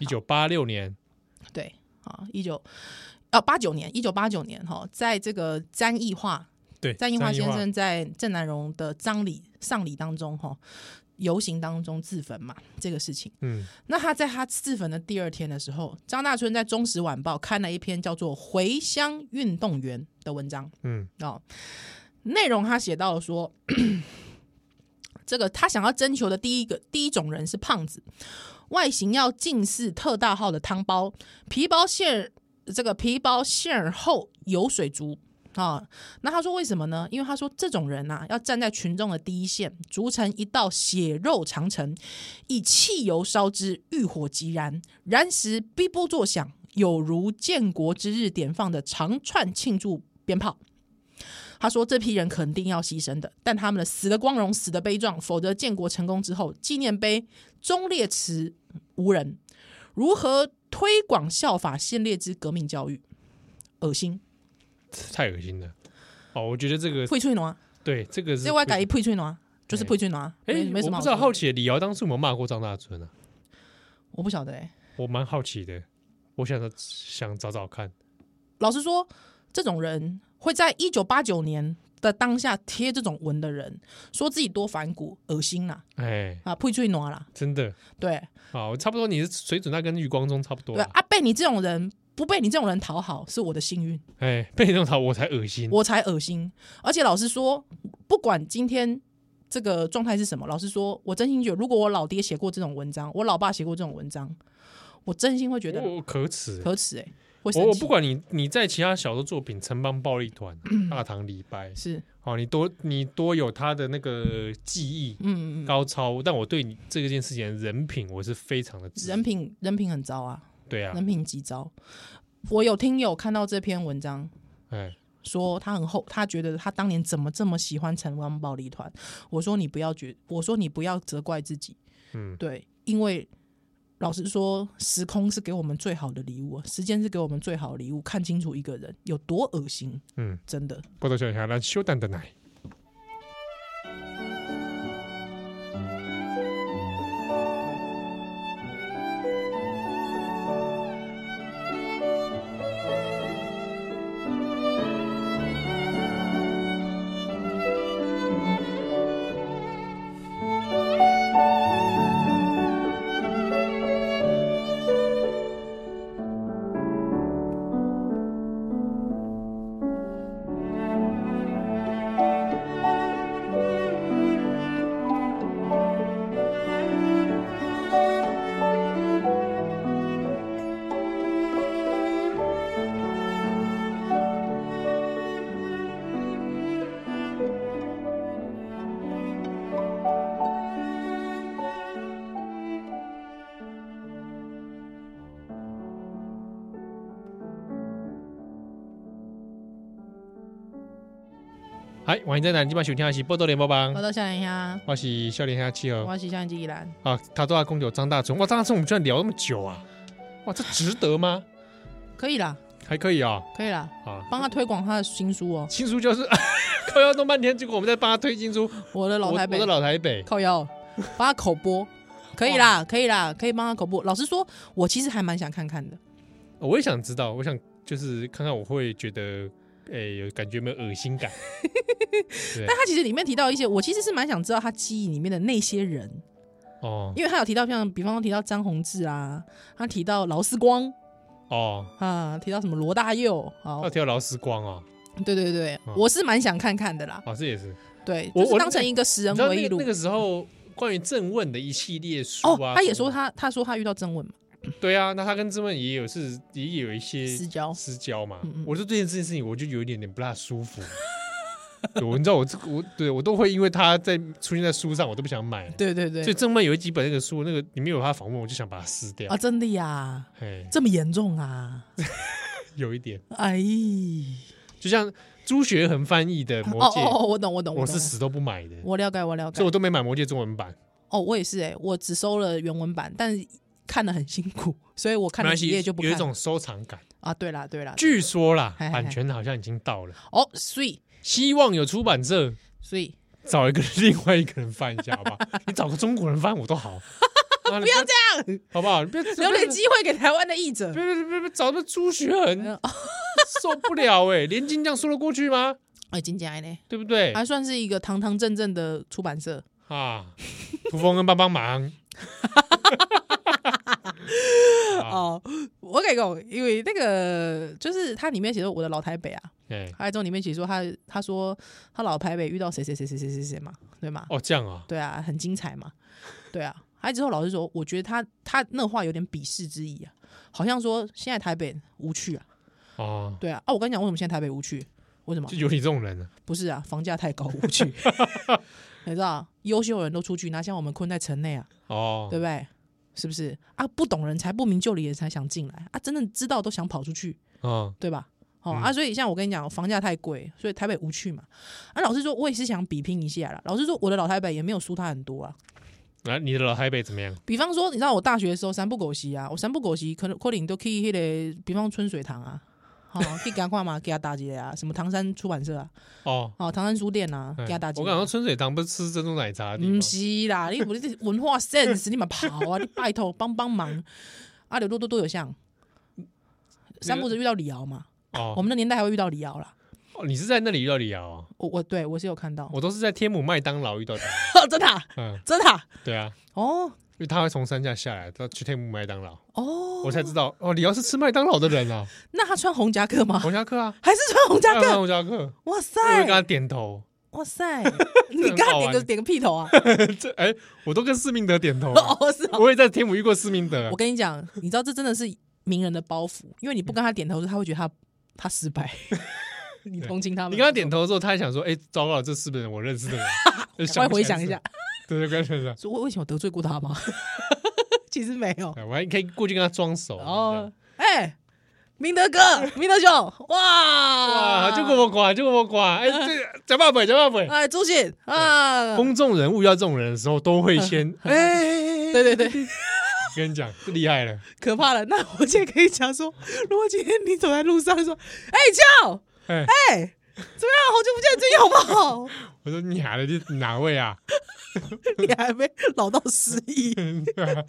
一九八六年，对啊，一九啊八九年，一九八九年哈，在这个詹义化对，詹义化化先生在郑南荣的葬礼丧礼当中哈，游行当中自焚嘛，这个事情。嗯，那他在他自焚的第二天的时候，张大春在《中时晚报》刊了一篇叫做《回乡运动员》的文章嗯哦，内容他写到了说， 这个他想要征求的第一个第一种人是胖子，外形要近似特大号的汤包，皮包馅儿这个皮包馅儿厚，油水足。啊、那他说为什么呢？因为他说这种人呐、要站在群众的第一线，筑成一道血肉长城，以汽油烧之，欲火即燃，燃时哔啵作响，有如建国之日点放的长串庆祝鞭炮。他说：“这批人肯定要牺牲的，但他们的死的光荣，死的悲壮，否则建国成功之后，纪念碑、忠烈祠无人。如何推广效法先烈之革命教育？恶心，太恶心了。哦，我觉得这个配翠暖，对这个是啊这我要改一配翠暖，啊就是配翠暖。哎，没没什么我不好知道说好的，奇李敖当初有没有骂过张大春啊？我不晓得、欸。我蛮好奇的，我想着想找找看。老实说，这种人会在一九八九年的当下贴这种文的人，说自己多反骨、恶心啦，哎，啊，配翠暖啦，真的，对好，差不多你的水准那跟余光中差不多对了。啊，被你这种人不被你这种人讨好是我的幸运。”哎，被弄到我才恶心。我才恶心。而且老实说，不管今天这个状态是什么，老实说，我真心觉得，如果我老爹写过这种文章，我老爸写过这种文章，我真心会觉得我我可耻。可耻哎、会生嗯我我气不管你你在其他小说作品《城邦暴力团》《大唐李白》，是哦，你多你多有他的那个技艺嗯嗯嗯，高超，但我对你这件事情的人品我是非常的质疑人品人品很糟啊，对啊，人品极糟。我有听友看到这篇文章。哎，说他很后，他觉得他当年怎么这么喜欢陈光暴力团？我说你不要觉，我说你不要责怪自己，嗯，对，因为老实说，时空是给我们最好的礼物、啊，时间是给我们最好的礼物。看清楚一个人有多恶心，嗯，真的。波多小侠，咱稍等等来。嗨，欢迎再来，今晚收听的是波多联播我帮，到夏一下，我是笑脸下气我哦。要洗相机依兰。啊，他都要公九张大春，哇，张大春我们居然聊那么久啊，哇，这值得吗？可以啦，还可以啊、可以啦，啊，帮他推广他的新书哦，新书就是 靠腰弄半天，结果我们在帮他推新书， 《我的我老台北我的》老台北，靠腰，帮他口播，可以啦，可以啦，可以帮他口播。老实说，我其实还蛮想看看的。我也想知道，我想就是看看我会觉得，诶，有感觉有没有恶心感？但他其实里面提到一些，我其实是蛮想知道他记忆里面的那些人，哦因为他有提到像，比方说提到张宏志啊，他提到劳斯光哦，啊，提到什么罗大佑啊要，跳劳斯光哦，对对对嗯，我是蛮想看看的啦。哦，这也是，对，我就是我当成一个十你人知道回忆那个录那。个时候关于正问的一系列书哦啊，，他也什说么他他说他遇到郑问嘛，对啊，那他跟正问也有是也有一些私交。私交嘛。嗯嗯我说这件事情，我就有一点点不大舒服。 对我你知道我这个我对我都会因为他在出现在书上，我都不想买。对对对所以，正漫有一几本那个书，那个里面有他访问，我就想把它撕掉啊，。真的呀，哎，这么严重啊？有一点，哎，就像朱学恒翻译的《魔哦戒哦》，哦，我懂我懂，我是懂死都不买的，我了解我了解所以我。都没买《魔戒》中文版。哦，我也是哎、我只收了原文版，但是看的很辛苦，所以我看没了关几系，页就不看有了。一种收 藏感。啊，对啦对啦，据说啦，嗨嗨版权好像已经到了，哦，所以希望有出版社所以找一个另外一个人翻一下，好 不好？你找个中国人翻我都 好，啊不要这样，好不好？你不要留点机会给台湾的译者别别别别找那朱学恒嗯，受不了哎、连金这样说得过去吗？啊，金家呢，对不对还算是一个堂堂正正的出版社。啊？涂峰跟帮帮忙， 啊哦，我跟你讲，因为那个就是它里面写说我的老台北啊，哎还有这种里面写说他他说他老台北遇到谁谁谁谁谁谁谁嘛，对吗？哦这样啊，对啊，很精彩嘛，对啊。还之后老师说，我觉得他他那话有点鄙视之意啊，好像说现在台北无趣啊，哦，对啊啊，我跟你讲，为什么现在台北无趣？为什么就？有你这种人啊，不是啊，房价太高无 趣，你知道，优秀的人都出去，哪像我们困在城内啊，哦，对不对？是不是啊？不懂人才，不明就里的人才想进来啊，真的知道都想跑出去，嗯，对吧？哦、嗯啊，所以像我跟你讲，房价太贵，所以台北无趣嘛。啊，老实说，我也是想比拼一下啦。老实说，我的老台北也没有输他很多啊。来、你的老台北怎么样？比方说，你知道我大学的时候三不狗席啊，我三不狗席可能可能都可以那个，比方春水堂啊，好、哦、可以给他看嘛，给他打击啊，什么唐山出版社啊，哦，哦唐山书店啊，哎给他打击、我刚刚春水堂不是吃珍珠奶茶的地不方，是啦，你我这文化 sense，你嘛跑啊，你拜托帮帮忙。啊，刘多多都有像三不子遇到李敖嘛，我哦们那年代还会遇到李敖啦。哦，你是在那里遇到李瑶、哦，我我对我是有看到，我都是在天母麦当劳遇到 他，真的啊、嗯，真的啊、对啊，哦因为他会从山下下来，到去天母麦当劳，哦，我才知道哦，李瑶是吃麦当劳的人啊，那他穿红夹克吗？红夹克啊，还是穿红夹当然克？红夹克，哇哎我就跟他塞，点头， 哇塞，你刚刚点个点个屁头啊！这哎，我都跟施明德点头 啊，哦，是哦。我也在天母遇过施明德我，跟你讲，你知道这真的是名人的包袱，因为你不跟他点头，他会觉得他他失 败。你同情他们，你跟他点头的时候，他还想说，哎，糟糕，这是不是我认 识的人？赶快就想不回起来想一下，是，对对，跟他想一下说我为什么得罪过他吗？ 其实没有。哎我还可以过去跟他装熟，哦哦，，哎，明德哥，明德兄，哇哇，就跟我刮，就跟我刮，哎，嗯这假爸本，假爸本。哎，朱信啊，嗯公众人物要这种人的时候，都会先哎，对对对，跟你讲，这厉害了，可怕了。那我现在可以讲说，如果今天你走在路上说，哎、叫，哎、哎、怎么样？好久不见，最近好不好？ 我说你喊的是哪位啊？你还没老到失忆，对啊，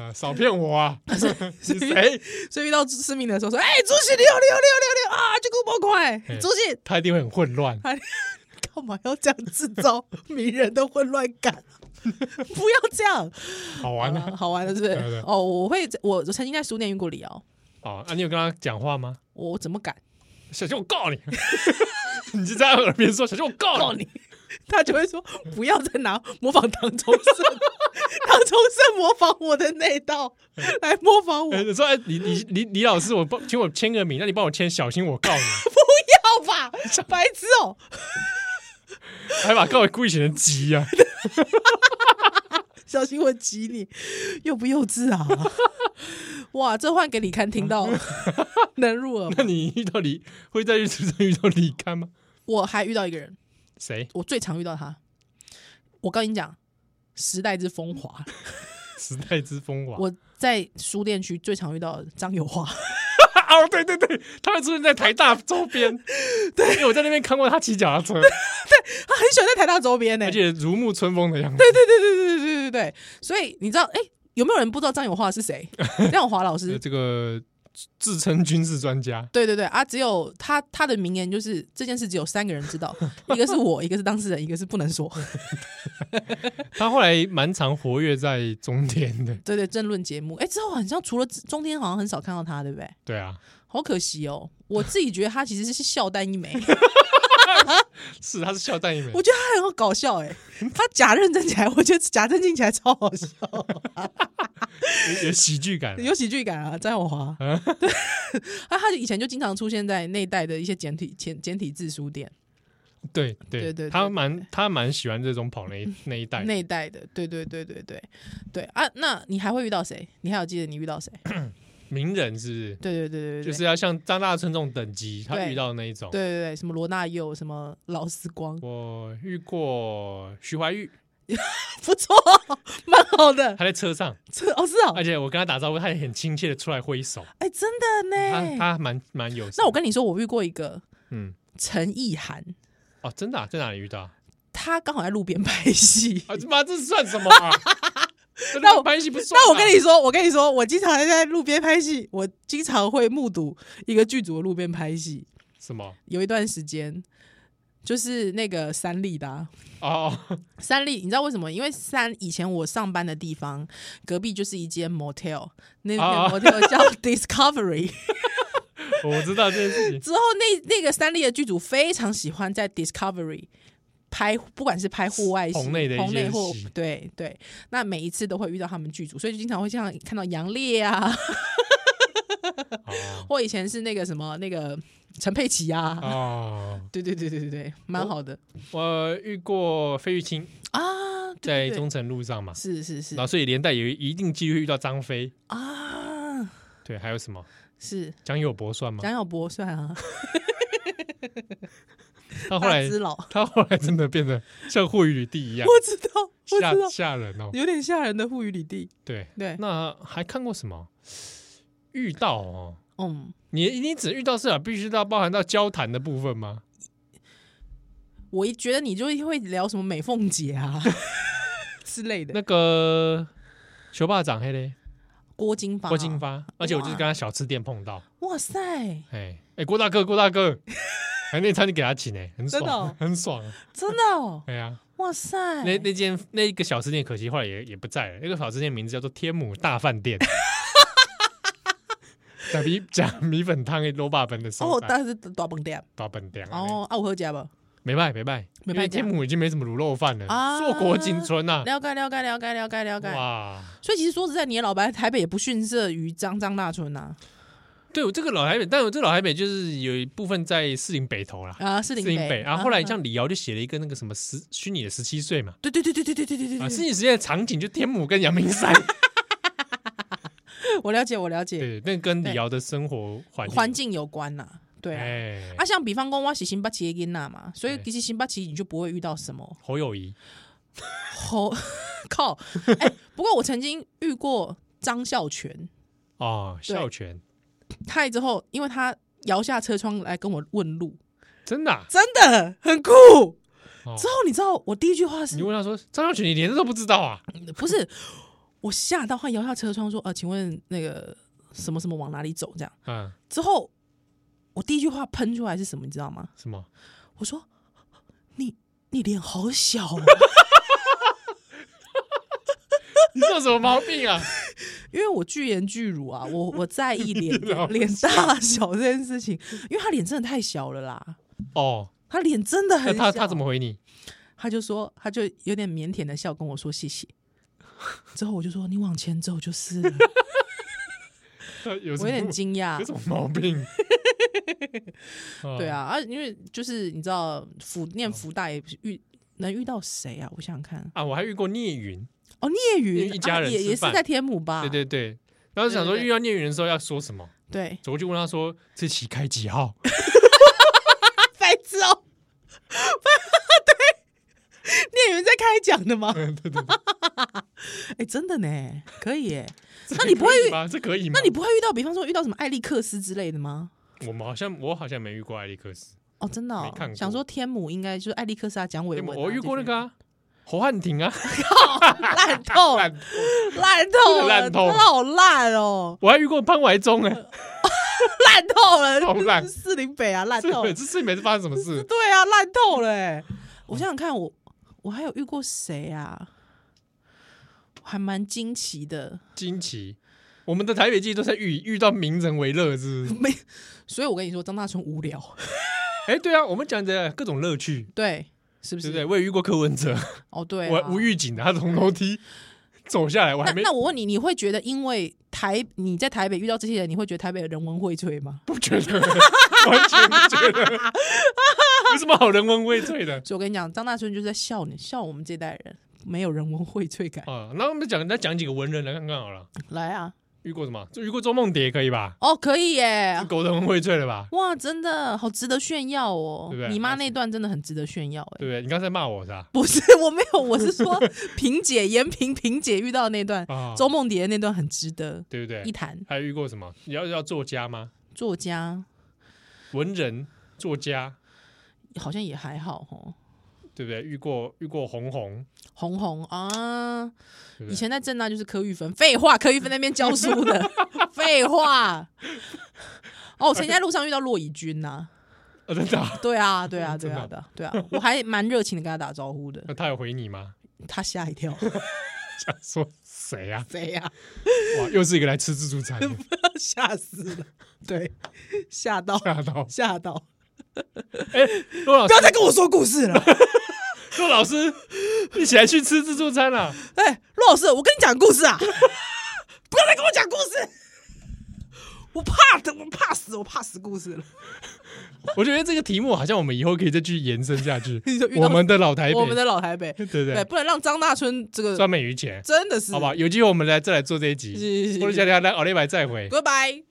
啊少骗我啊！哎所 是以谁？所以遇到市民的时候说，哎、主席六六六六六啊，就给我爆快，主席他一定会很混乱。他干嘛要这样制 造迷人的混乱感？不要这样，好玩好啦 啊！好玩的是不是对对？哦，我会，我曾经在书店遇过李敖，哦，啊，你有跟他讲话吗？我怎么敢小心我告你！ 你就在他耳边说：“小心我告告你你？ 他就会说不要再拿模仿唐崇 盛，唐崇盛模仿我的那道嗯来模仿！”我，哎你说：“哎，李李李李老师，我帮请我签个名，那你帮我签，小心我告你不要吧，白痴哦、！”还把告故意写成急啊！ 小心我挤你，幼不幼稚 啊？哇，这换给李刊听到，能入耳吗。那你遇到李会在日子上遇到李刊吗？我还遇到一个人，谁？我最常遇到他。我跟你讲，时代之风华，时代之风华。我在书店区最常遇到的张友华。 啊，对对对，他会出现在台大周边。 对，因为我在那边看过他骑脚踏车，他很喜欢在台大周边呢、而对且如沐春风的样子。对对对对对对对对，所以你知道，哎、有没有人不知道张友华是谁？张友华老呃 师，这个自称军事专家，对对对啊，只有他他的名言就是这件事只有三个人知 道，一个是我，一个是当事人，一个是不能说。他后来蛮常活跃在中天的。对对，政论节目，哎、之后好像除了中天，好像很少看到他，对不对？对啊，好可惜哦，我自己觉得他其实是笑单一枚， 是他是笑蛋一枚我，觉得他很好搞笑哎、他假认真起来，我觉得假正经起来超好 笑，有有喜剧感。有喜剧感啊，张永华。嗯对，啊，他以前就经常出现在那一代的一些简体简简体字书店对对对对对他蛮他蛮喜欢这种跑那 一那一代。那一代的，对对对对对对啊，那你还会遇到谁？你还有记得你遇到谁？名人是不是？对对对对对，就是要像张大春这种等级，他对遇到那一种对。对对，什么罗纳佑，什么劳斯光，我遇过徐怀钰，不错，蛮好的。他在哎车上，这哦是哦而，且我跟他打招呼，他也很亲切的出来挥手，哎，真的他呢。他蛮蛮友善。那我跟你说，我遇过一个嗯，陈意涵，哦，真的、啊、在哪里 遇到？啊，他刚好在路边拍戏。这妈这算什么啊？这 那我跟拍戏不算、啊。那我跟你说，我跟你说，我经常在路边拍戏，我经常会目睹一个剧组的路边拍戏。什么？有一段时间，就是那个三立的、啊、哦， 哦三立，你知道为什么？因为三以前我上班的地方隔壁就是一间 motel，那间啊 motel 叫 Discovery。我知道这件事情。之后那那个三立的剧组非常喜欢在 Discovery 拍，不管是拍户外戏、棚内的一些棚内或戏对对，那每一次都会遇到他们剧组，所以就经常会像看到杨烈啊，哦或以前是那个什么那个陈佩琪啊，哦，对对对对对对，蛮好的、我遇过费玉清啊，对在对对中城路上嘛，是是是然后所以连带有一定几率遇到张飞。啊，对，还有什么？是蒋友柏算吗？蒋小博算啊，他啊后大来只佬，我 他后来真的变得像护宇吕地一样，知道，我吓知道，吓人哦。有点吓人的沪语里地，对，对，那还看过什么？遇到哦，嗯。你你只遇到是啊，必须到包含到交谈的部分吗？我一觉得你就会聊什么美凤姐 啊之类的，那个球霸长黑嘞，郭金发，郭金，发，而且我就是跟他小吃店碰到，哇塞，哎哎，郭大哥，郭大哥， 哎，那餐你给他请哎，很真的爽哦， 很爽啊，真的 哦，哎呀，哇塞，那那间那个小吃店可惜后来也也不在了，那个小吃店名字叫做天母大饭 店。假米假米粉汤的罗霸粉的时候哦，，但是大饭店，大饭店啊哦，啊，我喝假吧，没卖没卖，没因卖为这天样母已经没什么卤肉饭了，啊硕果仅存呐、了解了解了解了解了解，哇，所以其实说实在，你的老白台北也不逊色于张张大春呐，对我这个老台北，但我这个老台北就是有一部分在士林北投啦，啊，士士林林北，然后后来像李敖就写了一个那个什么十虚拟的十七岁嘛，对对对对对对对对对啊，虚对，拟世界的场景就天母跟阳明山，我了解我了解，对，那 跟对李敖的生活环环境有关呐，对啊。哎，啊，像比方说我是新北市的囡仔嘛，所以对其实新北市你就不会遇到什么侯友谊好靠！哎、不过我曾经遇过张孝全，哦，对孝全，他来之后，因为他摇下车窗来跟我问路，真的啊、真的很酷。哦之后你知道我第一句话你是问他说张孝全，你连这都不知道啊？不是我吓到，他摇下车窗说：“呃，请问那个什么什么往哪里走？”这样嗯，之后，我第一句话喷出来是什么，你知道吗？什么？ 我说：“你你脸好小、哦， 你这有什么毛 病啊？因为我巨言巨乳啊，我我在意 脸脸好小脸大小这件事情，因为他脸真的太小了啦，哦，他脸真的那很小。他他怎么回 你？他就说，他就有点腼腆的笑跟我说谢谢。之后我就说你往前走就是 了，他有什我有点么？惊讶 有。什么 毛病？哦对啊，啊，因为就是你知道福念福大也不是遇能遇到谁啊？我想想看，啊，我还遇过聂云，哦，聂云一家人啊、也吃也是饭在天母吧？对对对。然后想说啊对对对遇到聂云的时候要说什么，对， 我就问他说这期开几号？白痴哦， 对，聂云在开讲的 吗？对对对，哎、真的呢，可以耶。这那你不会可以吗？这可以吗？那你不会遇到，比方说遇到什么艾利克斯之类的吗？我们好像我好像没遇过艾利克斯，哦，真的、哦没看过想说天母应该就是艾利克斯他讲对伟吗文、啊，我遇过那这些个啊，侯汉廷啊，烂透了烂烂透了，烂透了真的好烂哦，我还遇过潘怀忠哎，烂透了，好烂就是四零北啊，烂这透了每，次这每次发生什么事？对啊，烂透了、欸。我哦想想看，我我还有遇过谁啊？我还蛮惊奇的，惊奇，我们的台北记都在遇遇到名人为乐，是不是？没，所以我跟你说，张大春无聊，哎、对啊，我们讲的各种乐趣，对，是不对是？不对？我也遇过柯文哲，哦，对、啊，我无预警的，他从楼梯走下来，我那还没那我问你，你会觉得因为台你在台北遇到这些人，你会觉得台北的人文荟萃吗？不觉得，完全不觉得，有什么好人文荟萃的？所以我跟你讲，张大春就是在笑你，笑我们这代人没有人文荟萃感。啊，那我们讲，再讲几个文人来看看好了。来啊，遇过什么？就遇过周梦蝶可以吧？哦，可以耶是，狗人文荟萃了吧？哇，真的好值得炫耀哦！对不对你妈那段真的很值得炫耀哎。对不对？你刚才骂我是吧？不是，我没有，我是 说萍姐延平萍姐遇到那段啊，周梦蝶那段很值得对不对一？谈。还有遇过什么？你要要作家吗？作家文人作家，好像也还好哦，对不对？遇过遇过红红，红红啊，对不以对？前在正大就是柯玉芬，废话，柯玉芬那边教书 的，废话。哦，我曾经在路上遇到骆以军呐、啊，真的啊？对啊，对啊，对真的啊，对啊，对啊，我还蛮热情的跟他打招呼的，那他有回你吗？ 他吓一跳，想说谁啊？谁呀、 哇，又是一个来吃自助餐的，吓死了，对，吓到，吓到吓到，骆老不师要，再跟我说故事了。骆老师，一起来去吃自助餐啊啦！哎，骆老师，我跟你讲故事啊， 不要再跟我讲故事，我怕的，我怕死，我怕死故事了。我觉得这个题目好像我们以后可以再继续延伸下去你 就遇。到我们的老台北，我们的老台北， 对不对，对？不能让张大春这个专美于前，真的是好不好？有机会我们来再来做这一集，是是或者是下天来奥利白再回。 ，Goodbye。